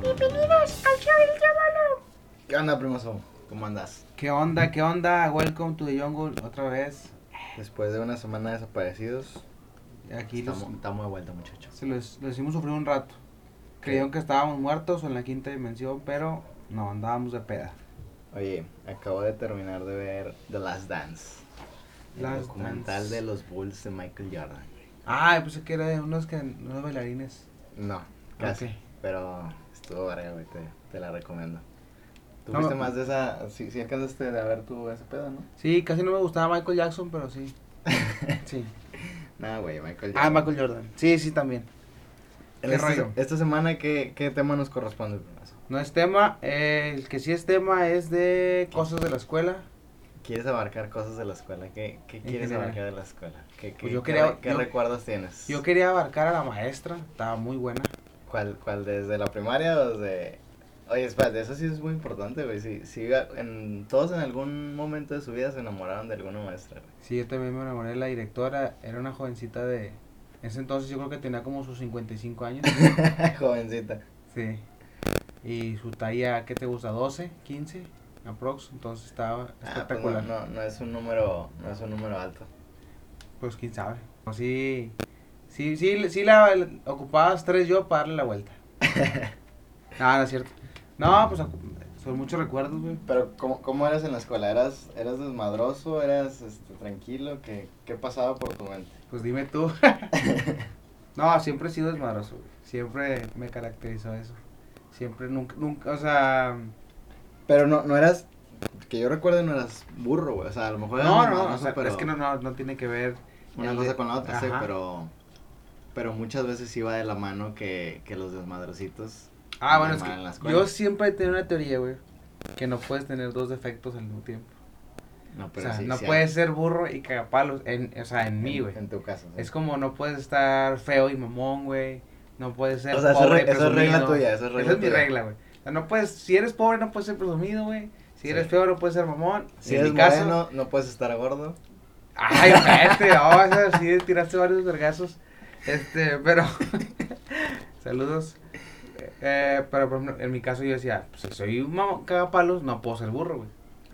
Bienvenidos al show del tío Bolo. ¿Qué onda, primazo? ¿Cómo andas? ¿Qué onda? ¿Qué onda? Welcome to the jungle otra vez. Después de una semana desaparecidos, Aquí los- estamos, estamos de vuelta, muchachos. se los, los hicimos sufrir un rato. Creyeron que estábamos muertos o en la quinta dimensión, pero no, andábamos de peda. Oye, acabo de terminar de ver The Last Dance. El Last documental Dance. de los Bulls de Michael Jordan. Ah, pues que era de unos, que, unos bailarines. No, casi. Ok. Pero estuvo barrio, güey, te, te la recomiendo. ¿Tú No, viste no. más de esa? Si, si alcanzaste a ver tú ese pedo, ¿no? Sí, casi no me gustaba Michael Jackson, pero sí. Sí. Nada, güey, Michael Ah, Michael Jordan. Sí, sí, también. En ¿Qué esta, rollo? esta semana, ¿qué, ¿qué tema nos corresponde, primazo? No es tema. eh, el que sí es tema es de cosas de la escuela. ¿Quieres abarcar cosas de la escuela? ¿Qué, qué quieres general. abarcar de la escuela? ¿Qué, qué- Pues yo qué quería- re- qué yo- recuerdos tienes? Yo quería abarcar a la maestra, estaba muy buena. ¿Cuál, cuál desde la primaria o desde...? Oye, espérate, eso sí es muy importante, güey. Si, si a- en, todos en algún momento de su vida se enamoraron de alguna maestra, güey. Sí, yo también me enamoré de la directora. Era una jovencita de. En ese entonces yo creo que tenía como sus 55 años. Jovencita. sí. Y su talla, ¿qué te gusta? 12, 15, aprox. Entonces estaba Ah, pues no, espectacular. pues, no, no es un número, no es un número alto. quién sabe. Pues sí. Sí, sí, sí la la- ocupabas tres yo para darle la vuelta. no, no es cierto. No, pues ocu- son muchos recuerdos, güey. Pero, ¿cómo, cómo eras en la escuela? ¿Eras, eras desmadroso? ¿Eras este, tranquilo? ¿Qué, ¿Qué pasaba por tu mente? Pues dime tú. no, siempre he sido desmadroso, güey. Siempre me caracterizó eso. Siempre, nunca, nunca, o sea... Pero no, no eras... Que yo recuerdo no eras burro, güey. O sea, a lo mejor... eras No, no, desmadroso, o sea, pero es que no, no, no tiene que ver... Una el cosa de- con la otra, sí, Ajá. pero... Pero muchas veces iba de la mano que, que los desmadrositos Ah, bueno, es normal en la que escuela. yo siempre he tenido una teoría, güey, que no puedes tener dos defectos al mismo tiempo. No, o sea, sí, no sí hay. puedes ser burro y cagapalos, en, o sea, en mí, güey. En tu caso. sí. Es como no puedes estar feo y mamón, güey. No puedes ser O sea, eso pobre y re- eso es regla presumido. tuya, eso es regla Esa es mi tuya. regla, güey. O sea, no puedes, si eres pobre no puedes ser presumido, güey. Si eres Sí. feo no puedes ser mamón. si en eres mi caso, moreno, no puedes estar gordo. Ay, este, no, esa sí tiraste varios vergazos. Este, pero. saludos. Eh, pero por ejemplo, en mi caso yo decía, pues si soy un mamón cagapalos, no puedo ser burro, güey.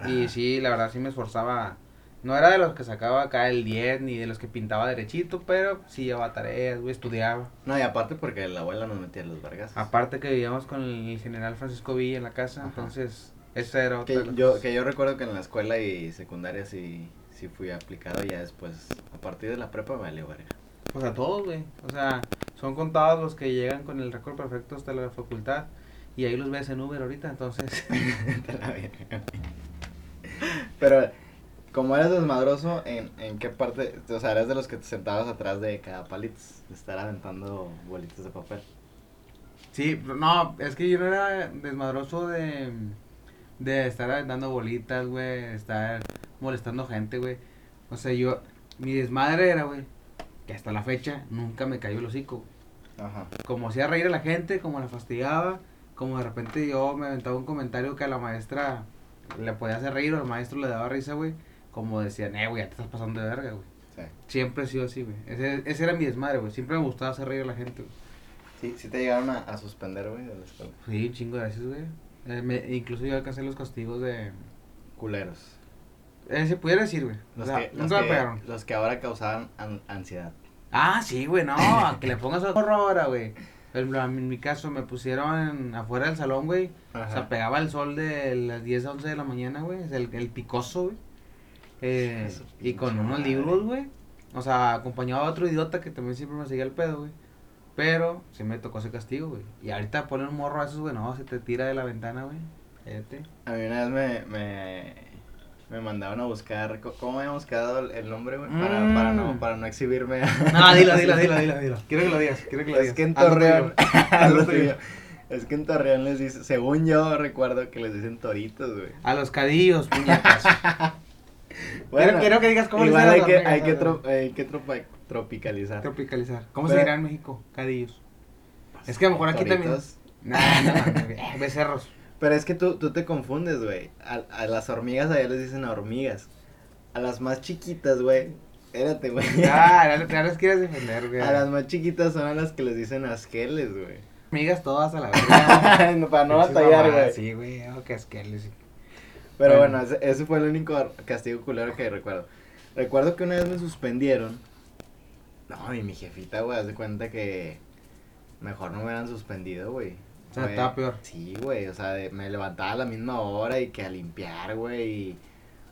Y Ajá. sí, la verdad sí me esforzaba. No era de los que sacaba acá el 10 ni de los que pintaba derechito, pero sí llevaba tareas, güey, estudiaba. No, y aparte porque la abuela nos metía los vergazos. Aparte que vivíamos con el general Francisco Villa en la casa, Ajá. entonces esa era otra. de Que las yo, cosas. que yo recuerdo que en la escuela y secundaria sí, sí fui aplicado ya después. A partir de la prepa vale, verga. Pues a todos, güey. O sea, son contados los que llegan con el récord perfecto hasta la facultad. Y ahí los ves en Uber ahorita, entonces. Te la verga. Pero, como eras desmadroso, ¿en, ¿en qué parte? O sea, eras de los que te sentabas atrás de cada palitos, de estar aventando bolitas de papel. Sí, pero no, es que yo no era desmadroso de, de estar aventando bolitas, güey, de estar molestando gente, güey. O sea, yo, mi desmadre era, güey, que hasta la fecha nunca me cayó el hocico. güey. Ajá. Como hacía reír a la gente, como la fastidiaba, como de repente yo me aventaba un comentario que a la maestra le podía hacer reír o al maestro le daba risa, güey. Como decían, eh, güey, ya te estás pasando de verga, güey. Sí. Siempre he sido así, güey. Ese, ese era mi desmadre, güey. Siempre me gustaba hacer reír a la gente, güey. Sí, sí te llegaron a, a suspender, güey, de la escuela. Sí, un chingo de veces, güey. Eh, me- incluso yo alcancé los castigos de... Culeros. Eh, se pudiera decir, güey. O Los, sea, que, los, nunca me que, pegaron. los que ahora causaban an- ansiedad. Ah, sí, güey, no. a que le pongas al gorro ahora, güey. Por ejemplo, a mí- En mi caso me pusieron afuera del salón, güey. O sea, pegaba el sol de las 10 a 11 de la mañana, güey. es El, el picoso, güey. Eh, Su y con pinche unos madre. libros, güey. O sea, acompañaba a otro idiota que también siempre me seguía el pedo, güey. Pero sí me tocó ese castigo, güey. Y ahorita poner un morro a esos, güey, no, se te tira de la ventana, güey. Cállate. A mí una vez me, me, me mandaron a buscar, co- ¿cómo habíamos quedado el- el nombre, güey? Para, para, no, Mm. para no exhibirme. No, dilo, dilo, dilo, dilo, dilo. Quiero que lo digas, quiero que lo digas. es que en Hazlo tú y yo. Torreón, Hazlo tú y yo. es que en Torreón les dicen, según yo recuerdo que les dicen toritos, güey. A los cadillos, puñetas. quiero, quiero que digas cómo le igual dicen a hay los que, amigos, hay que, a los- tro- hay que tropa- tropicalizar. Tropicalizar. ¿Cómo Pero- se dirá en México? Cadillos. Es que a lo mejor aquí también. Toritos. Nah, no, mames, eh, becerros. Pero es que tú, tú te confundes, güey. A, a las hormigas allá les dicen hormigas. A las más chiquitas, güey. Espérate, güey. Ya, ya, ya las quieres defender, güey. A las más chiquitas son a las que les dicen asqueles, güey. hormigas todas a la verga. güey. No, para no Pinches batallar, mamadas, güey. Sí, güey, oh, que es que les- Pero Bueno. bueno, ese, ese fue el único castigo culero que recuerdo. Recuerdo que una vez me suspendieron. No, y mi jefita, güey, haz de cuenta que mejor no me hubieran suspendido, güey. O sea, Fue- estaba peor. Sí, güey, o sea, de- me levantaba a la misma hora y que a limpiar, güey. y-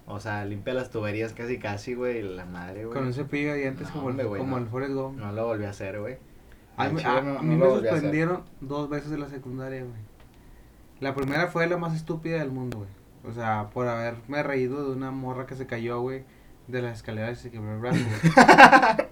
O sea, limpia las tuberías casi casi, güey, y la madre, güey. Con un cepillo de dientes No, como, el, hombre, güey, como no. el Forrest Gump. No lo volví a hacer, güey. A Al mí, chile a- no- a no mí lo me volví a hacer. suspendieron dos veces de la secundaria, güey. La primera fue la más estúpida del mundo, güey. O sea, por haberme reído de una morra que se cayó, güey, de las escaleras y se quebró el brazo, güey.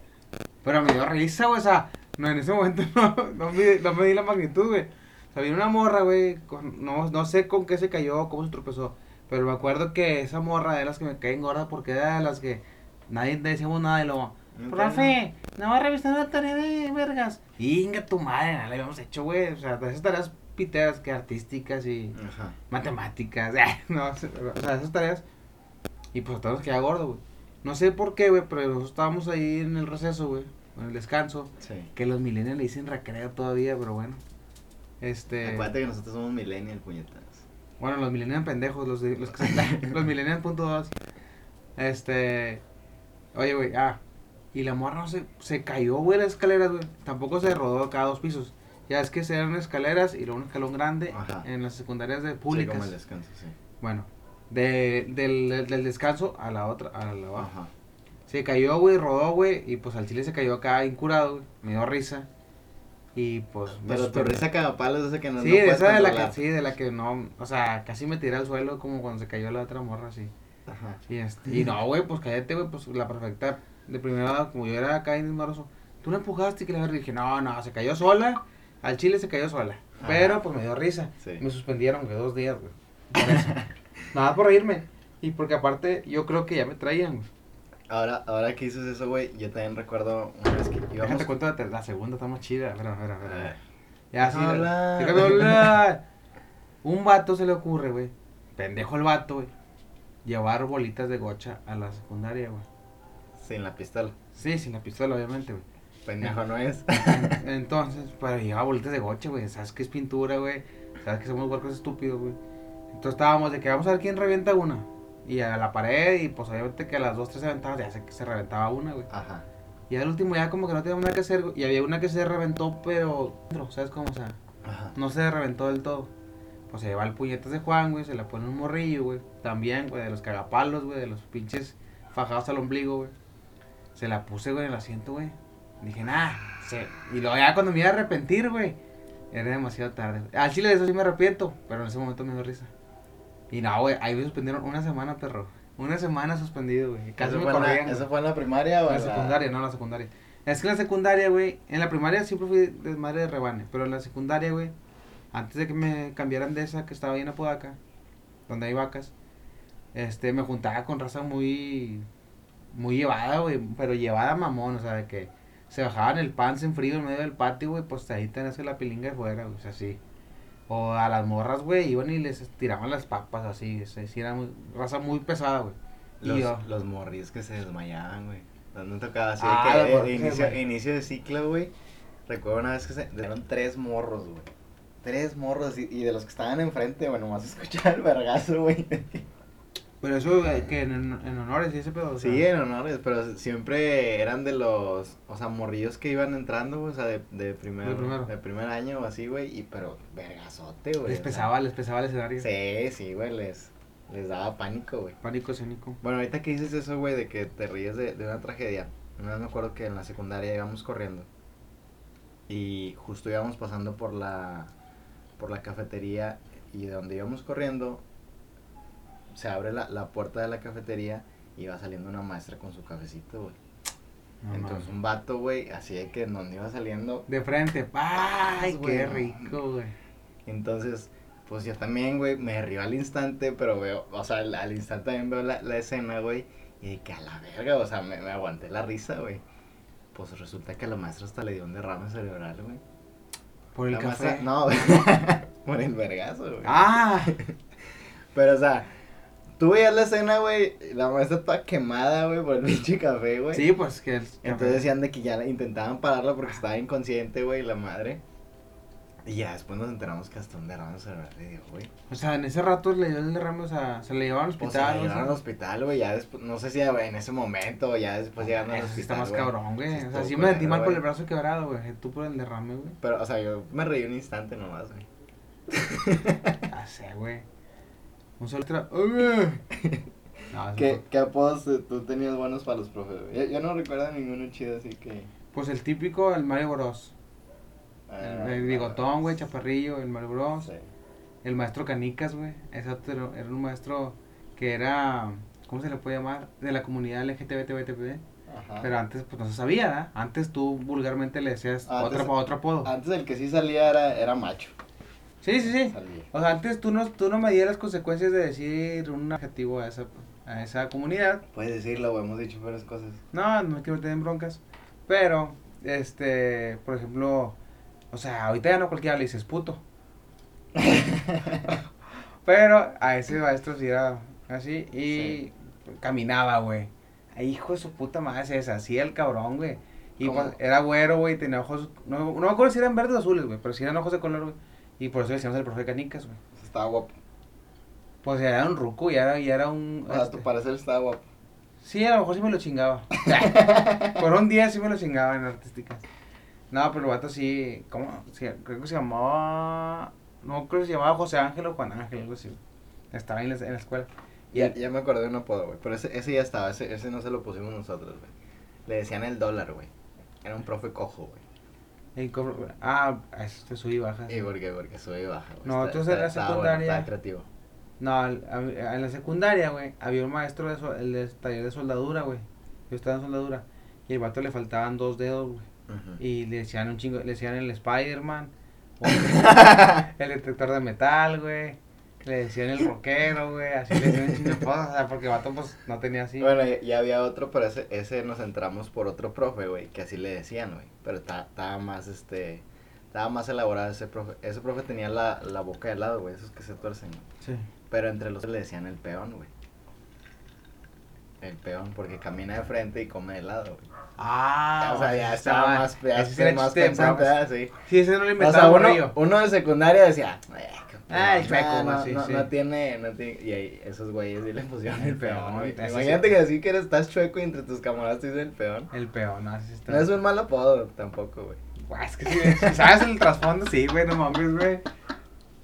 Pero me dio risa, güey. O sea, no, en ese momento no, no, me, no me di la magnitud, güey. O sea, vino una morra, güey, con- no, no sé con qué se cayó, cómo se tropezó. Pero me acuerdo que esa morra era las que me caen gordas porque era de las que nadie decíamos nada de lo... Nunca, Profe, no va a revisar la tarea de vergas. Inga tu madre, no la habíamos hecho, güey. O sea, de esas tareas piteras que artísticas y Ajá. matemáticas. eh, no, o sea, esas tareas. Y pues a todos nos queda gordo, güey. No sé por qué, güey, pero nosotros estábamos ahí en el receso, güey. En el descanso. Sí. Que los millennials le dicen recreo todavía, pero bueno. Este. Acuérdate que nosotros somos millennial, puñetas. Bueno, los millennials pendejos, los, de, los que se los millennials punto dos. Este, oye, güey, ah, y la morra no se, se cayó, güey, las escaleras, güey. Tampoco se rodó cada dos pisos. Ya es que se eran escaleras y luego un escalón grande Ajá. en las secundarias de Sí, públicas. como el descanso, sí. Bueno, de, del, del- del descanso a la otra, a la baja. Ajá. Se cayó, güey, rodó, güey, y pues al chile se cayó acá incurado, güey. Me dio risa. Y pues. me Pero tu suspendí. risa cagapalos esa que no, Sí, no de puedes esa de la controlar. que, sí, de la que no, o sea, casi me tiré al suelo como cuando se cayó la otra morra, así. Ajá. Y, este, y no, güey, pues cállate, güey, pues la perfecta, de primera, edad, como yo era acá en Maroso, tú la empujaste y que la verga, y dije, no, no, se cayó sola, al chile se cayó sola, Ajá. pero pues me dio risa, Sí. me suspendieron, güey, dos días, güey, por eso. nada por reírme, y porque aparte, yo creo que ya me traían, güey, Ahora, ahora que dices eso, güey, yo también recuerdo una vez que íbamos... déjate cuento la, ter- la segunda, está más chida, espera, espera, espera, espera. Ah, Ya, sí. la- Habla. déjame hablar. Un vato se le ocurre, güey. Pendejo el vato, güey. Llevar bolitas de gocha a la secundaria, güey. Sin la pistola. Sí, sin la pistola, obviamente, güey. Pendejo no es. En- Entonces, para llevar bolitas de gocha, güey. Sabes que es pintura, güey. Sabes que somos huercos estúpidos, güey. Entonces estábamos de que vamos a ver quién revienta una. Y a la pared, y pues obviamente que a las dos, tres aventadas ya sé que se reventaba una, güey. Ajá. Y al último ya como que no teníamos nada que hacer, güey, Y había una que se reventó, pero. ¿Sabes cómo? O sea, Ajá. no se reventó del todo. Pues se lleva el puñetas de Juan, güey, se la pone un morrillo, güey. También, güey, de los cagapalos, güey, de los pinches fajados al ombligo, güey. Se la puse, güey, en el asiento, güey. Dije, nah, se... Y luego ya cuando me iba a arrepentir, güey, era demasiado tarde. Al chile de eso sí me arrepiento, pero en ese momento me dio risa. Y no, güey, ahí me suspendieron una semana, perro. Una semana suspendido, güey. Casi ¿Eso me fue, en la, corrían. güey. ¿Eso fue en la primaria o En la secundaria, no en la secundaria. Es que en la secundaria, güey, en la primaria siempre fui desmadre de rebane, pero en la secundaria, güey, antes de que me cambiaran de esa que estaba ahí en Apodaca, donde hay vacas, este, me juntaba con raza muy, muy llevada, güey, pero llevada mamón, o sea, de que se bajaban el pan en frío en medio del patio, güey, pues ahí tenías que la pilinga de fuera, güey, o sea, así. O a las morras, güey, iban y les tiraban las papas, así, o sea, sí era muy- raza muy pesada, güey. Y yo- Los, los morrillos que se desmayaban, güey. No tocaba así Ah, de los que eh, de morrillos, inicio, güey. inicio de ciclo, güey. Recuerdo una vez que se dieron tres morros, güey. Tres morros y, y de los que estaban enfrente, bueno, más escuchar el vergazo, güey. Pero eso, eh, que en, en honores y ese pedo, o sea, Sí, en honores, pero siempre eran de los, o sea, morrillos que iban entrando, güey, o sea, de, de, primer, De primero. de primer año o así, güey, y pero vergazote, güey. Les o sea, pesaba, les pesaba el escenario. Sí, sí, güey, les, les daba pánico, güey. Pánico escénico. Bueno, ahorita que dices eso, güey, de que te ríes de, de una tragedia. Una vez me acuerdo que en la secundaria íbamos corriendo y justo íbamos pasando por la, por la cafetería y de donde íbamos corriendo se abre la, la puerta de la cafetería y va saliendo una maestra con su cafecito, güey. No Entonces mames. un vato, güey, así de que en donde iba saliendo. De frente. ¡Ay, Paz, qué güey. rico, güey! Entonces, pues yo también, güey, me río al instante, pero veo, o sea, al, al instante también veo la, la escena, güey, y de que a la verga, o sea, me, me aguanté la risa, güey. Pues resulta que a la maestra hasta le dio un derrame cerebral, güey. Por el La maestra- café. No, güey. Por el vergazo, güey. ¡Ah! Pero, o sea, tú veías la escena, güey, y la maestra toda quemada, güey, por el pinche café, güey. Sí, pues que el café. Entonces decían de que ya la- intentaban pararla porque estaba inconsciente, güey, la madre. Y ya después nos enteramos que hasta un derrame cerebral le dio, güey. O sea, en ese rato le dio el derrame, o sea, se le llevaron al O sea, lo hospital. o Pues, llevaron al sea, hospital, güey. Ya después, no sé si en ese momento, ya después pues, llegaron al Eso sí hospital. está más güey. cabrón, güey. o sea, estuvo sí me sentí culero, mal por güey. el brazo quebrado, güey. Tú por el derrame, güey. Pero, o sea, yo me reí un instante nomás, güey. Ya Ah, sé, güey. Un solo tra... ¡Ay, güey! No, eso ¿Qué, fue- qué apodos eh, tú tenías buenos para los profes? güey? Yo, yo no recuerdo ninguno chido, así que. Pues el típico, el Mario Bros. El, ah, el bigotón, güey, chaparrillo, el Mario Bros. Sí. El maestro Canicas, güey. Exacto, era era un maestro que era... ¿Cómo se le puede llamar? De la comunidad LGTBTBTB. Ajá. Pero antes, pues no se sabía, ¿verdad? Antes tú vulgarmente le decías Antes- Ah. otro, otro apodo. Antes el que sí salía era, era macho. Sí, sí, sí. Salía. O sea, antes tú no, tú no medías las consecuencias de decir un adjetivo a esa, a esa comunidad. Puedes decirlo, güey. Hemos dicho varias cosas. No, no quiero tener broncas. Pero, este, por ejemplo, o sea, ahorita ya no cualquiera le dices puto. pero a ese maestro sí era así y caminaba, güey. Ay, Hijo de su puta madre, se deshacía el cabrón, güey. Y ¿Cómo? pues, era güero, güey, tenía ojos. No, no me acuerdo si eran verdes o azules, güey, pero si eran ojos de color, güey. Y por eso le decíamos al profe Canicas, güey. Estaba guapo. Pues ya era un ruco, ya era, ya era un. O sea, a este, tu parecer estaba guapo. Sí, a lo mejor sí me lo chingaba. Por un día sí me lo chingaba en artísticas. No, pero el vato sí, ¿cómo? Sí, creo que se llamaba. No, creo que se llamaba José Ángel o Juan Ángel, algo así. Estaba en la, en la escuela. Y Ya, ya me acordé de un apodo, güey. Pero ese, ese ya estaba. Ese, ese no se lo pusimos nosotros, güey. Le decían el dólar, güey. Era un profe cojo, güey. el cobro- ah, este subí baja. ¿Y por qué? Porque sube y baja, güey. No, Está- tú en la está- estaba bueno, secundaria- estaba creativo. No, al- a- en la secundaria, güey, había un maestro de sol- el de taller de soldadura, güey. Yo estaba en soldadura. Y el vato le faltaban dos dedos, güey. Ujú. Y le decían un chingo, le decían el Spider-Man, o el detector de metal, güey. Le decían el rockero, güey. Así le decían un chingo de cosas, o sea, porque Vato pues no tenía así. Bueno, ya, ya había otro, pero ese, ese nos entramos por otro profe, güey, que así le decían, güey. Pero ta- estaba más, este, estaba más elaborado ese profe. Ese profe tenía la, la boca de lado, güey, esos que se tuercen. güey. Sí. Pero entre los le decían el peón, güey. El peón, porque camina de frente y come de lado, güey. Ah, o sea, ya estaba más, ya ese era más chiste de pensante, bravos. ¿verdad? sí. Sí, ese no lo O sea, inventaba uno, Murillo. uno de secundaria decía, "Eh, qué Ah, el peón, chueco, no, güey, no, sí, no, sí. no tiene, no tiene, y ahí esos güeyes sí le pusieron el El peón, peón, güey. ese sí. Imagínate que así que eres, estás chueco y entre tus camaradas te dicen el peón. El peón, no, ese está. No es un mal apodo tampoco, güey. Guau, es que sí, si sabes el trasfondo, sí, güey, no mames, güey.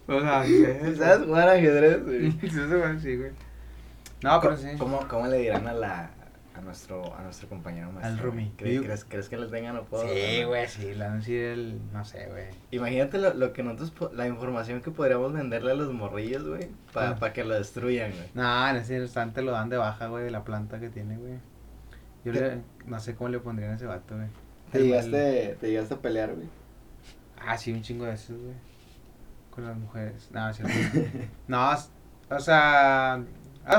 O sea, sí, Si sabes jugar ajedrez, Sí, güey. ese güey, sí, güey. No, pero sí. ¿Cómo, cómo le dirán a la a nuestro a nuestro compañero maestro? Al Rumi. ¿Cre- ¿Crees, crees, que le tengan apodo? Sí, no? güey, sí, la sí, el, no sé, güey. Imagínate lo, lo que nosotros po- la información que podríamos venderle a los morrillos, güey, para Ah. que lo destruyan, güey. No, en ese instante lo dan de baja, güey, de la planta que tiene, güey. Yo le, no sé cómo le pondrían a ese vato, güey. Te llegaste, te llegaste a pelear, güey. Ah, sí, un chingo de esos, güey. Con las mujeres. No, es cierto. no, es- o sea, a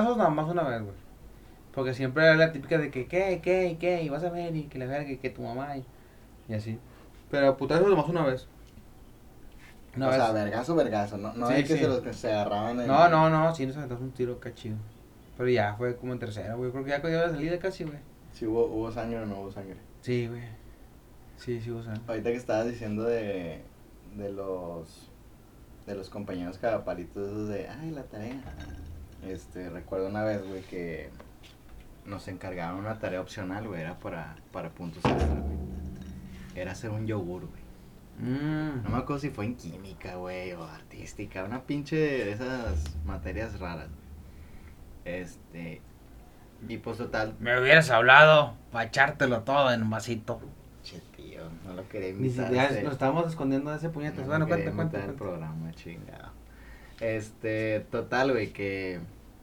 esos nada más una vez, güey. Porque siempre era la típica de que, ¿qué, qué, qué? Y vas a ver, y que la verga, y que tu mamá, y, y así. Pero putazos nada más una vez. Una o vez. sea, vergazo, vergazo, no, no Sí, hay que sí. se los que se agarraban en- No, no, no, sí nos aventamos un tiro, qué chido. Pero ya fue como en tercera, güey. Creo que ya cuando iba a salir casi, güey. Si hubo, hubo sangre o no hubo sangre. Sí, güey. Sí, sí, o sea. Ahorita que estabas diciendo de, de los de los compañeros cagapalitos esos de ay la tarea. Este, recuerdo una vez, güey, que nos encargaron una tarea opcional, güey, era para, para puntos extra, güey. Era hacer un yogur, güey. Mm. No me acuerdo si fue en química, güey, o artística, una pinche de esas materias raras, güey. Este, y pues total, Me hubieras hablado para echártelo todo en un vasito. che, tío, no lo quería Ni invitar. a siquiera este- nos estábamos escondiendo de ese No puñetazo. me bueno, quería cuenta, cuenta. invitar al cuenta. programa, chingado. Este, total, güey, que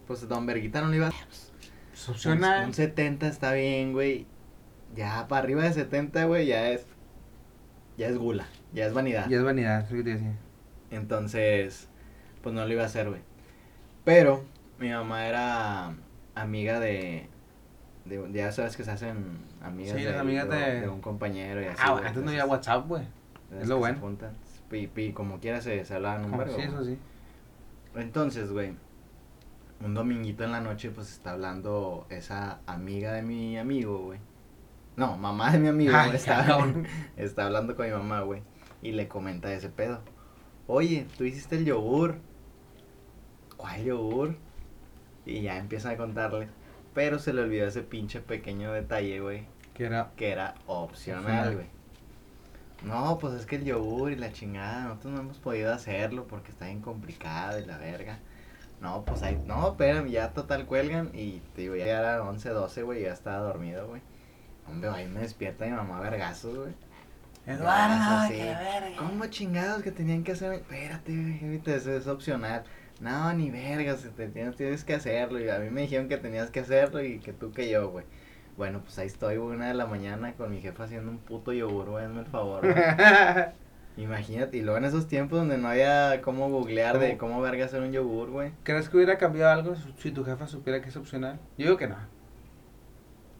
pues Don Verguita no le iba a... Pues, opcional. Un 70 está bien, güey. Ya para arriba de 70, güey, ya es ya es gula, ya es vanidad. Y es vanidad, es lo que te decía. Entonces, pues no lo iba a hacer, güey. Pero mi mamá era amiga de, de- ya sabes que se hacen amigas, Sí, de, las amigas de- un compañero y así. Ah, güey, antes no entonces, había WhatsApp, güey. de las es lo que se bueno. juntan, Y, y como quiera se, se hablaban un Como- vergo, Sí, güey. eso sí. Entonces, güey, un dominguito en la noche, pues está hablando esa amiga de mi amigo, güey. No, mamá de mi amigo, Ay, güey, está, cabrón. está hablando con mi mamá, güey. Y le comenta ese pedo. oye, tú hiciste el yogur. ¿Cuál yogur? Y ya empiezan a contarle. Pero se le olvidó ese pinche pequeño detalle, güey, Que era. que era Opcional. opcional, güey. No, pues es que el yogur y la chingada, nosotros no hemos podido hacerlo porque está bien complicado y la verga. No, pues ahí, no, espérame, ya total cuelgan y te digo, ya era 11, 12, güey, ya estaba dormido, güey. Hombre, ahí me despierta mi mamá a vergazos, güey. Eduardo, Eso sí. que la verga. ¿Cómo chingados que tenían que hacer? Espérate, güey, ahorita eso es opcional. No, ni vergas, te- te- tienes que hacerlo. Y a mí me dijeron que tenías que hacerlo y que tú que yo, güey. Bueno, pues ahí estoy, güey, una de la mañana con mi jefa haciendo un puto yogur, güey, hazme el favor, güey. Imagínate, y luego en esos tiempos donde no había cómo googlear de cómo verga hacer un yogur, güey. ¿Crees que hubiera cambiado algo su- si tu jefa supiera que es opcional? Yo digo que no.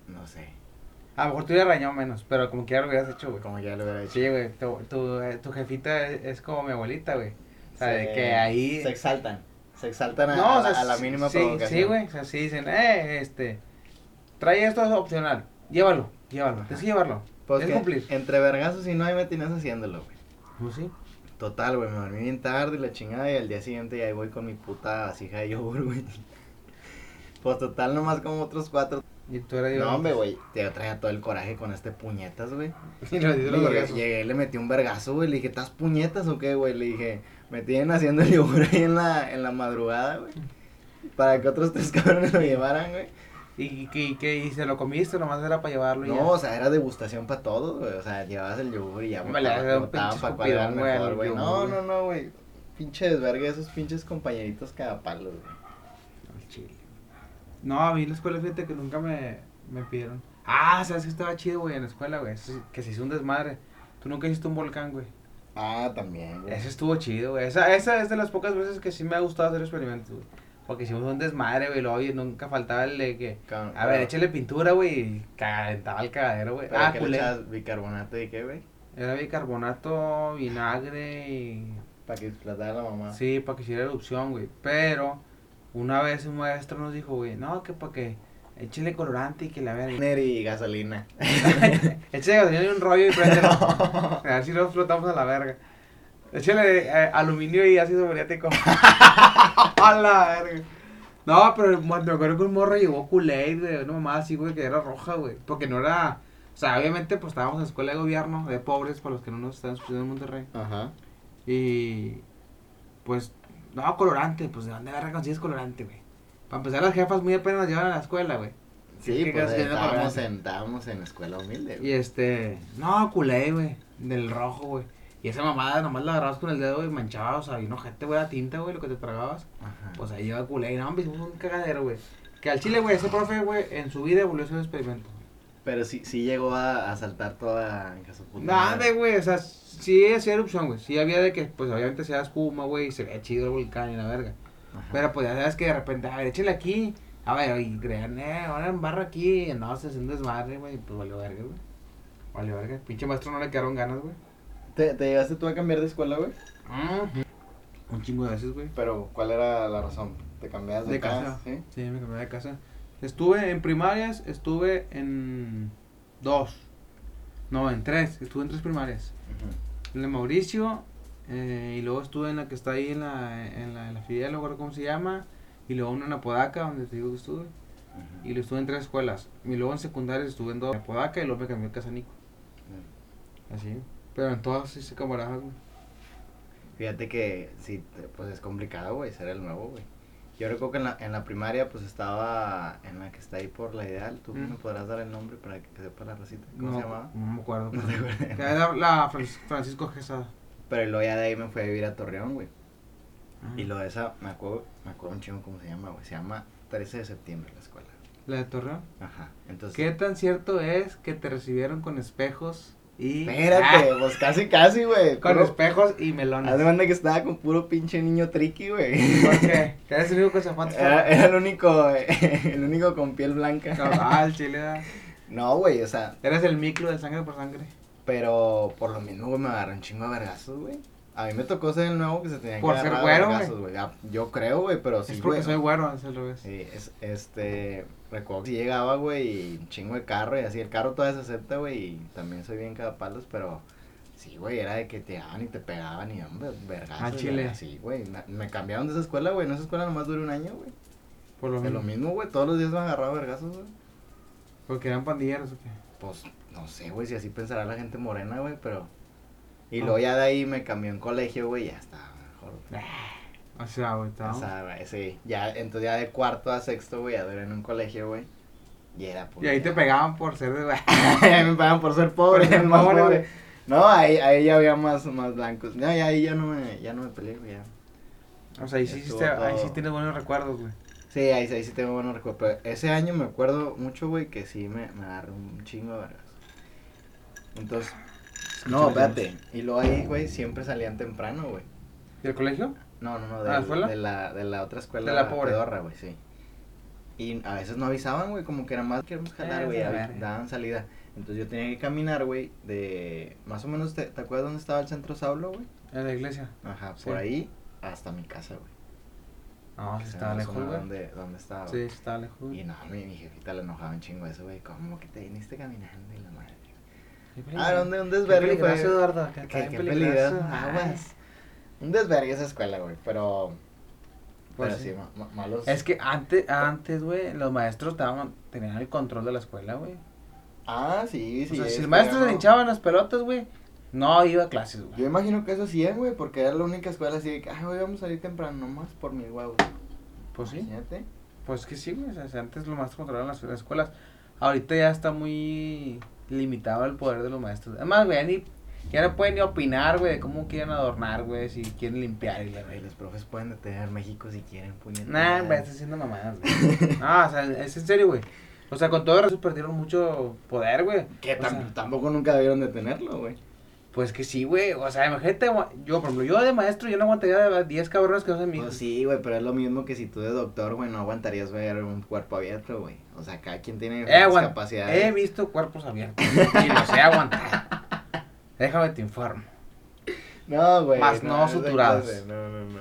No sé, A lo mejor te hubiera rañado menos, pero como quiera lo hubieras hecho, güey. como ya lo hubiera hecho. Sí, güey. Tu, tu, eh, tu jefita es, es como mi abuelita, güey. O sea, de Se- que ahí. Se exaltan, se exaltan a, No, a o sea, la, a la sí- mínima sí, provocación. Sí, güey. O sea, sí dicen, eh, este. Trae esto, es opcional. Llévalo, llévalo. Tienes que llevarlo. Pues es que cumplir. entre vergazos y no ahí me tenías haciéndolo, güey. Pues sí. Total, güey, me dormí bien tarde, la chingada, y al día siguiente ya ahí voy con mi puta vasija de yogur, güey. Pues total, nomás como otros cuatro. Y tú eres. No, hombre, güey, te traía todo el coraje con este puñetas, güey. Y lo dices los Llegué- vergazos. Llegué, le metí un vergazo, güey, le dije, ¿estás puñetas o qué, güey? Le dije, me tienen haciendo el yogur ahí en la, en la madrugada, güey. Para que otros tres cabrones lo llevaran, güey. ¿Y, que y, que- y se lo comiste, nomás era para llevarlo. y No, ya. o sea, era degustación para todos, güey. O sea, llevabas el yogur y ya Hombre, le das un botaban pinche para cuál era el escupidón, güey, mejor, al güey. No, yogur, no, no, güey. Pinche desvergue esos pinches compañeritos cada palo, güey. Al chile. No, a mí en la escuela, fíjate que nunca me, me pidieron. Ah, sabes que estaba chido, güey, en la escuela, güey. Eso sí, Que se hizo un desmadre. Tú nunca hiciste un volcán, güey. Ah, también, güey. Eso estuvo chido, güey. Esa, esa es de las pocas veces que sí me ha gustado hacer experimentos, güey. Porque hicimos un desmadre, güey. Luego, oye, nunca faltaba el de que. Cabrón, A ver, pero- échale pintura, güey. y Calentaba el cagadero, güey. pero Ah, ¿qué le culé. echabas? bicarbonato y qué, güey? Era bicarbonato, vinagre y Para que explotara la mamá. Sí, para que hiciera erupción, güey. Pero una vez un maestro nos dijo, güey, no, que para que échele colorante y que la vean. Y gasolina. Échale gasolina en un rollo y préndelo. A ver si no flotamos a la verga. Échale eh, aluminio y ácido muriático. a la verga. No, pero me me acuerdo que un morro llevó Kool-Aid, güey, una mamá así, güey, que era roja, güey. Porque no era. O sea, obviamente, pues estábamos en la escuela de gobierno, de pobres, para los que no nos están escuchando en Monterrey. Ajá. Y pues, no, colorante, pues de dónde verga consigues colorante, güey. Para empezar, las jefas muy apenas nos llevan a la escuela, güey. Sí, ¿Qué pues crees que no estábamos cobraste? en, estábamos en escuela humilde, Y güey. este, no, culé, güey, del rojo, güey. Y esa mamada nomás la agarrabas con el dedo y manchabas, o sea, bien ojete, güey, la tinta, güey, lo que te tragabas. Ajá. Pues ahí lleva culé, y no, hombre, hicimos un cagadero, güey. Que al chile, güey, ese profe, güey, en su vida volvió a hacer un experimento. Pero sí, sí llegó a, a saltar toda en caso puta Nada, madre. güey, o sea, sí hacía erupción, güey. Sí había de que, pues obviamente se da espuma, güey, y se veía chido el volcán y la verga. Ajá. Pero pues ya sabes que de repente, a ver, échale aquí. A ver, y crean, eh, ahora en barra aquí. No, se hace un desmadre, güey. Pues valió verga, güey. Valió verga. Pinche maestro no le quedaron ganas, güey. ¿Te, ¿Te llegaste tú a cambiar de escuela, güey? Un chingo de veces, güey. Pero, ¿cuál era la razón? ¿Te cambiabas de, De casa? casa. ¿sí? Sí, me cambié de casa. Estuve en primarias, estuve en dos. No, en tres. Estuve en tres primarias. En la Mauricio. eh, y luego estuve en la que está ahí en la, en la, en la filial, no recuerdo cómo se llama. Y luego una en Apodaca, donde te digo que estuve. Ujú. Y lo estuve en tres escuelas. Y luego en secundaria estuve en dos. En Apodaca y luego me cambié a Casanico. Así. Pero en todas sí se camaradas, güey. Fíjate que sí, te- pues es complicado, güey, ser el nuevo, güey. Yo recuerdo que en la, en la primaria, pues estaba en la que está ahí por la ideal. Tú Mm. me podrás dar el nombre para que sepa la racita. ¿Cómo no, se llamaba? No me acuerdo. No te acuerdas. Era la Fran- Francisco Gesada. Pero luego ya de ahí me fui a vivir a Torreón, güey. Y lo de esa, me acuerdo, me acuerdo un chingo cómo se llama, güey. Se llama 13 de septiembre la escuela. La de Torreón. Ajá. Entonces. ¿Qué tan cierto es que te recibieron con espejos y. Espérate, pues casi, casi, Ah, güey. con Puro- espejos y Haz de melones. cuenta que estaba con puro pinche niño triqui, güey. ¿Por qué? ¿Te eres el único con zapatos? Era, era el único, el único con piel blanca. Ah, el chile. ah. No, güey, o sea, Eres el micro de sangre por sangre. pero por lo mismo, güey, me agarró un chingo de vergazos, güey. A mí me tocó ser el nuevo que se tenía Por que ser agarrar a güero, vergazos, güey. Ah, Yo creo, güey, pero sí, es güey. porque soy güero, es al revés. Sí, es, este, recuerdo que sí llegaba, güey, y un chingo de carro y así. El carro todavía se acepta, güey, y también soy bien cada palos, pero... Sí, güey, era de que te daban y te pegaban y hombre, vergas. Ah, chile. Sí, güey. na- Me cambiaron de esa escuela, güey. En esa escuela nomás duré un año, güey. Por lo De lo menos. mismo, güey. Todos los días me agarraba vergazos, güey. Porque eran pandilleros o qué. Pues no sé, güey, si así pensará la gente morena, güey, pero. Y Ah. luego ya de ahí me cambió en colegio, güey, ya estaba mejor. güey. O sea, güey, O estábamos- sea, güey, sí. Ya, entonces ya de cuarto a sexto, güey, ya duré en un colegio, güey. Y era Y ahí te pegaban pegaban por ser de. Ahí me pagan por ser pobre, Por ser el más pobre, pobre. güey. No, ahí, ahí ya había más, más blancos. No, ya ahí ya no me, ya no me peleé, güey. ya. O sea, ahí sí, Estuvo hiciste- ahí sí todo. tienes buenos recuerdos, güey. Sí, ahí, ahí sí tengo buenos recuerdos. pero ese año me acuerdo mucho, güey, que sí me, me agarré un chingo de vergas. Entonces, no, Escucha, espérate. Y luego ahí, güey, siempre salían temprano, güey. ¿Del colegio? No, no, no, ¿A Ah, la del- escuela? de la, de la otra escuela. De la pobre. pedorra, güey, sí. Y a veces no avisaban, güey, como que era más queremos jalar, Eh, güey, de la avi- verga. daban salida. Entonces yo tenía que caminar, güey, de más o menos, ¿te, te acuerdas dónde estaba el centro Saulo, güey? En la iglesia. Ajá, Sí. por ahí hasta mi casa, güey. No, Ah, sí O sea, más estaba o lejos, menos güey. Dónde, dónde estaba. Sí, güey. sí estaba lejos. Y güey. no, mi, mi jefita le enojaba un chingo eso, güey, ¿cómo que te viniste caminando y la madre? Qué Ah, peligro- ¿dónde? Un qué desvergue, peligroso, güey. Eduardo, acá está Qué, bien qué peligroso. Ah, peligroso, Ah, aguas. Un desvergue esa escuela, güey, pero... Pues pero sí, sí. ma- ma- malos... Es que antes, antes, güey, los maestros estaban, tenían el control de la escuela, güey. Ah, sí, sí. o sea, si es los maestros que le no. hinchaban las pelotas, güey, no iba a clases, Yo güey. imagino que eso sí es, güey, porque era la única escuela así de que, ah, güey, vamos a salir temprano nomás por mi huevo. Pues sí, Imagínate. pues que sí, güey. o sea, si antes los maestros controlaban las, las escuelas. Ahorita ya está muy limitado el poder de los maestros. Además, güey, ya ni, ya no pueden ni opinar, güey, de cómo quieren adornar, güey, si quieren limpiar y la Güey, verga. los profes pueden detener México si quieren, puñetas. Nah, güey, pues, estás haciendo mamadas, güey. No, o sea, es en serio, güey. O sea, con todo eso perdieron mucho poder, güey. Que O tam- sea, tampoco nunca debieron detenerlo, güey. Pues que sí, güey. O sea, imagínate, gua- yo, por ejemplo, yo de maestro, yo no aguantaría de 10 cabrones que no sean mi Pues sí, güey, pero es lo mismo que si tú de doctor, güey, no aguantarías ver un cuerpo abierto, güey. O sea, cada quien tiene He, diferentes aguan- capacidades. he visto cuerpos abiertos y los he aguantado. Déjame te informo. No, güey. Más no es de suturados. clase, No, no, no.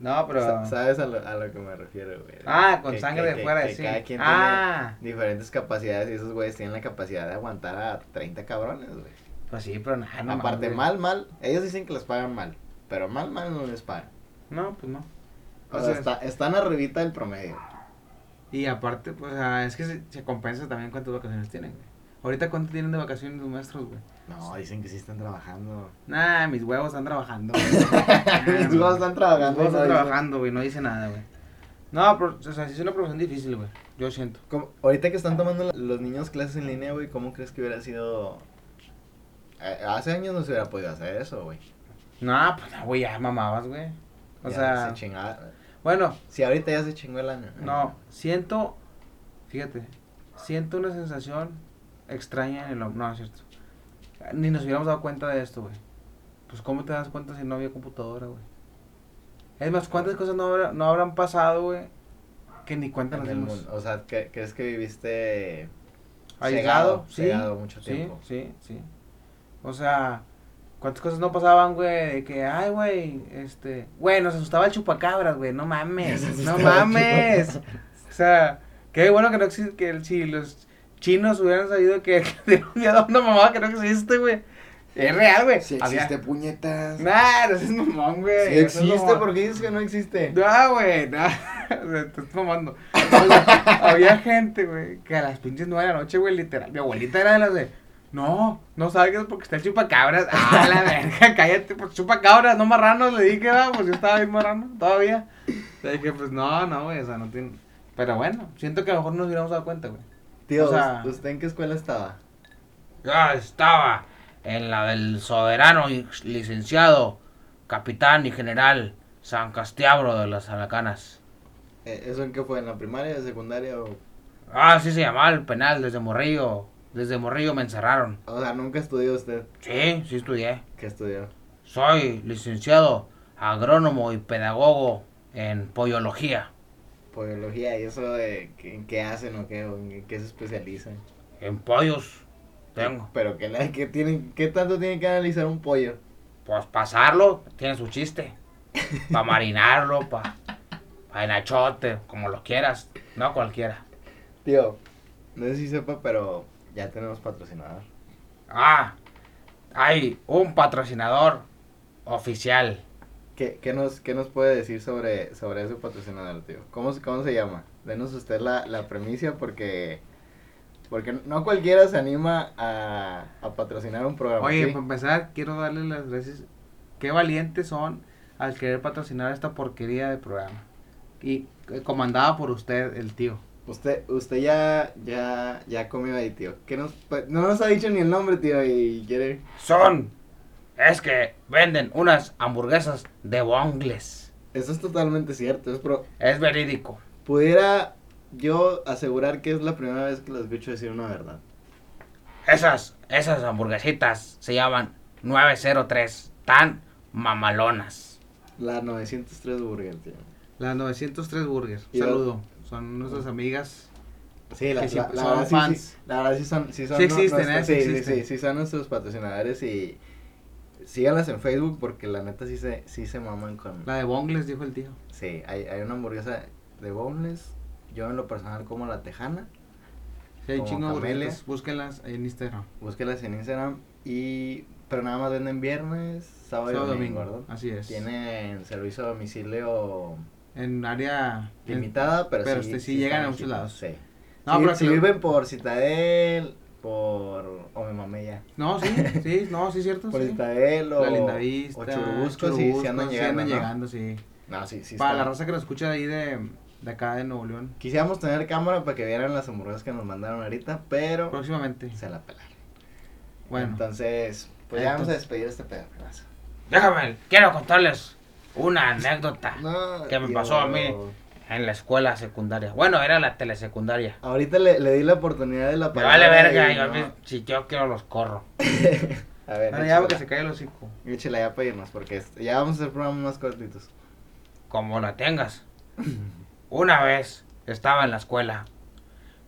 No, pero. Sa- Sabes a lo, a lo que me refiero, güey. Ah, con Que- sangre que- de que- fuera, que sí. Cada quien Ah, tiene diferentes capacidades y esos güeyes tienen la capacidad de aguantar a 30 cabrones, güey. pues sí, pero nada. no Aparte, mames. mal, mal. Ellos dicen que les pagan mal, pero mal, mal no les pagan. No, pues no. O O sea, sea, está- están arribita del promedio. Y aparte, pues ah, es que se, se compensa también cuántas vacaciones tienen, güey. Ahorita, ¿cuánto tienen de vacaciones los maestros, güey? No, dicen que sí están trabajando. Nah, mis huevos están trabajando. Ah, güey. Mis huevos están trabajando y Mis huevos no están dicen. trabajando, güey. No dice nada, güey. No, pero, o sea, sí es una profesión difícil, güey. Yo siento. Como- ahorita que están tomando la- los niños clases en línea, güey, ¿cómo crees que hubiera sido? Eh, hace años no se hubiera podido hacer eso, güey. No, pues no, güey, ya mamabas, güey. O Ya sea, se chingaba- bueno, Si ahorita ya se chingó el año. no, siento, fíjate, siento una sensación extraña en el hombro, no, es cierto. Ni nos hubiéramos dado cuenta de esto, güey. Pues cómo te das cuenta si no había computadora, güey. Es más, ¿cuántas cosas no, habrá- no habrán pasado, güey? Que ni cuenta nos En el dimos. mundo. O sea, ¿cre- ¿crees que viviste cegado, Aislado, sí. cegado mucho Sí, tiempo? sí, sí. O sea, ¿cuántas cosas no pasaban, güey? De que, ay, güey, este... Güey, nos asustaba el chupacabras, güey, no Nos mames, no asustaba el mames. O sea, qué bueno que no existe, que el- si los chinos hubieran sabido que que había dado una mamada que no existe, güey. Es real, güey. Si Había- existe puñetas. Nah, no seas mamón, güey. Si no seas existe, mamón. ¿por qué dices que no existe? No, güey, no. Te estás tomando. había gente, güey, que a las pinches nueve de la noche, güey, literal. Mi abuelita era de las de. No, no salgas porque está el chupacabras. Ah, la verga, cállate, pues chupacabras, no marranos. Le dije, va, pues yo estaba bien marrano todavía. Le dije, pues no, no, güey, o sea, no tiene. Pero bueno, siento que a lo mejor nos hubiéramos dado cuenta, güey. Tío, o sea- ¿usted en qué escuela estaba? Ya estaba en la del soberano y licenciado, capitán y general San Castiabro de las Alacanas. Eh, ¿Eso en qué fue? ¿En la primaria, secundaria o...? Ah, sí se llamaba el penal desde Morrillo. Desde Morrillo me encerraron. O sea, nunca estudió usted. Sí, sí estudié. ¿Qué estudió? Soy licenciado, agrónomo y pedagogo en polliología. Biología y eso de qué- en qué hacen o qué, o en qué se especializan. En pollos tengo. Pero que la, que tienen, ¿qué tanto tienen que analizar un pollo? Pues pasarlo, tiene su chiste. Para marinarlo, para pa enachote, como lo quieras. No cualquiera. Tío, no sé si sepa, pero ya tenemos patrocinador. Ah, hay un patrocinador oficial. ¿Qué, qué nos, qué nos puede decir sobre, sobre ese patrocinador, tío? ¿Cómo, se- cómo se llama? Denos usted la, la premisa porque, porque no cualquiera se anima a, a patrocinar un programa. Oye, pues, ¿sí? para empezar, quiero darle las gracias. Qué valientes son al querer patrocinar esta porquería de programa. Y eh, comandada por usted, el tío. Usted, usted ya, ya, ya comió ahí, tío. ¿Qué nos, pu- no nos ha dicho ni el nombre, tío, y quiere... Son. Es que venden unas hamburguesas de bongles. Eso es totalmente cierto, es pro- Es verídico. Pudiera yo asegurar que es la primera vez que los escucho decir una verdad. Esas, esas hamburguesitas se llaman 903. Tan mamalonas. La 903 Burger, tío. Las 903 Burgers. Y la- Ah. Saludo. Son nuestras amigas. Sí, la, Que sí, la- la son verdad, sí, fans. sí, la verdad sí son, sí son Sí nu- existen, nuestros- ¿eh? Sí sí, sí, existen. sí, sí son nuestros patrocinadores y síganlas en Facebook porque la neta sí se, sí se maman con... La de Bongles, dijo el tío. Sí, hay, hay una hamburguesa de boneless, yo en lo personal como la tejana, Sí, hay Como chingo de Camelia. hamburguesas. Búsquenlas en Instagram. búsquelas en Instagram y... pero nada más venden viernes, sábado, Sábado y domingo, domingo. ¿verdad? Así es. Tienen servicio a domicilio En área. en- limitada, pero, pero este, sí llegan están a muchos aquí, lados. Sí. No, si, pero si que- viven por Citadel, por... o me mamé ya. No, sí, sí, no, sí, cierto. Por sí. Citadel o, La Linda Vista. o Churubusco, sí, Churubusco, sí andan sí llegando. ¿no? llegando, sí. No, sí, sí. Para está. la raza que nos escucha de ahí de, de acá de Nuevo León. Quisiéramos tener cámara para que vieran las hamburguesas que nos mandaron ahorita, pero Próximamente. se la pelaron. Pues Bueno. Entonces, pues ya vamos a Entonces- despedir este pedo. raza. Déjame, quiero contarles una anécdota No, que me tío. pasó a mí en la escuela secundaria. Bueno, era la telesecundaria. Ahorita le, le di la oportunidad de la Me vale verga, y yo a mí, no. si yo quiero los corro. A ver, Ahora ya échala, porque se cae el hocico. échala ya para irnos, porque es- ya vamos a hacer programas más cortitos. como la tengas. Una vez estaba en la escuela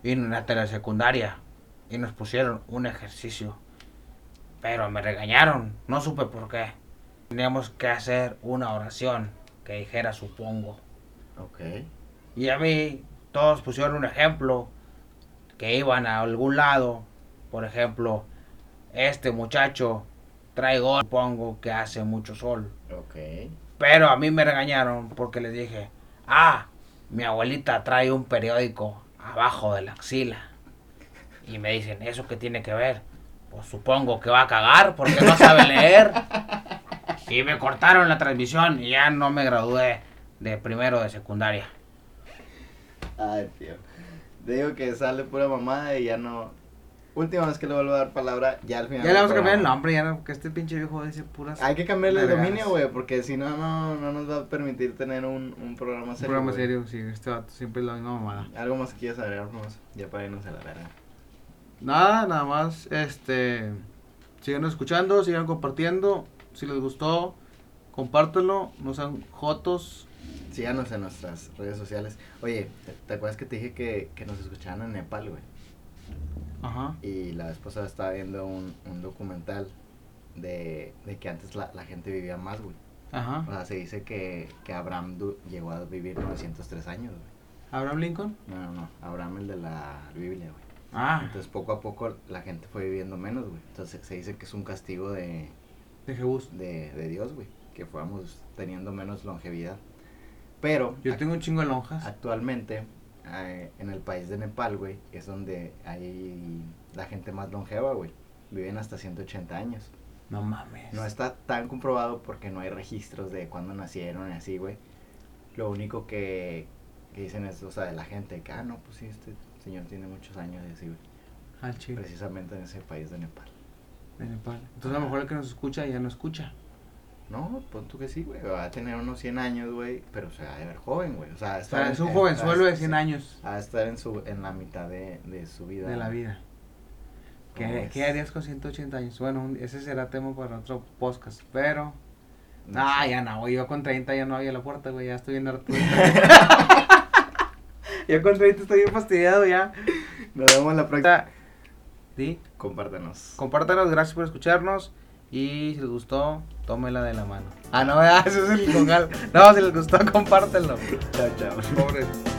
y en la telesecundaria y nos pusieron un ejercicio, pero me regañaron, no supe por qué. Teníamos que hacer una oración que dijera supongo. Ok. Y a mí todos pusieron un ejemplo que iban a algún lado, por ejemplo, este muchacho trae gol, supongo que hace mucho sol. Ok. Pero a mí me regañaron porque les dije, ah, mi abuelita trae un periódico abajo de la axila. Y me dicen, ¿eso qué tiene que ver? Pues supongo que va a cagar porque no sabe leer. Y me cortaron la transmisión y ya no me gradué de primero de secundaria. Ay, tío. Te digo que sale pura mamada y ya no. Última vez que le vuelvo a dar palabra, ya al final. Ya le del vamos a cambiar el programa. nombre, ya no, que este pinche viejo dice puras. Hay que cambiarle el Vergas. dominio, güey, porque si no, no, no nos va a permitir tener un, un programa un serio. programa güey. serio, sí, este vato siempre es la misma mamada. Algo más que quieras agregar, vamos, ya para irnos a la verga. Nada, nada más, este. Sigan escuchando, sigan compartiendo. Si les gustó, compártelo. No sean jotos. Síganos en nuestras redes sociales. Oye, ¿te, te acuerdas que te dije que, que nos escuchaban en Nepal, güey? Ajá. Y la vez pasada estaba viendo un, un documental de, de que antes la, la gente vivía más, güey. O Ajá. sea, se dice que, que Abraham du- llegó a vivir 903 años, güey. ¿Abraham Lincoln? No, no, no. Abraham el de la Biblia, güey. Ah, Entonces poco a poco la gente fue viviendo menos, güey. Entonces se dice que es un castigo de, de Jebus. de, de Dios, güey. Que fuéramos teniendo menos longevidad. Pero Yo ac- tengo un chingo de lonjas. actualmente eh, en el país de Nepal, güey, es donde hay la gente más longeva, güey. Viven hasta 180 años. No mames. No está tan comprobado porque no hay registros de cuándo nacieron y así, güey. Lo único que, que dicen es, o sea, de la gente, que, ah, no, pues sí, este señor tiene muchos años y así, güey. Al chile. Precisamente en ese país de Nepal. De Nepal. Entonces a lo mejor el que nos escucha ya no escucha. No, pon tú que sí, güey. Va a tener unos 100 años, güey, pero se va a ver joven, güey. O sea, O estar sea, en- es un en- jovenzuelo va a- de 100 años Va a estar en, su, en la mitad de, de su vida. de la ¿no? vida. ¿Cómo ¿Qué, ves? qué harías con 180 años? Bueno, un- ese será tema para otro podcast, pero... No Ah, sé. ya no, güey, yo con 30 ya no había la puerta, güey, ya estoy bien harto. yo con 30 estoy bien fastidiado ya. Nos vemos la próxima. Sí, Compártanos. compártanos, gracias por escucharnos y si les gustó, tómela de la mano. Ah, no, ah, ese es el congal. No, si les gustó, compártelo. Chao, chao. Pobre.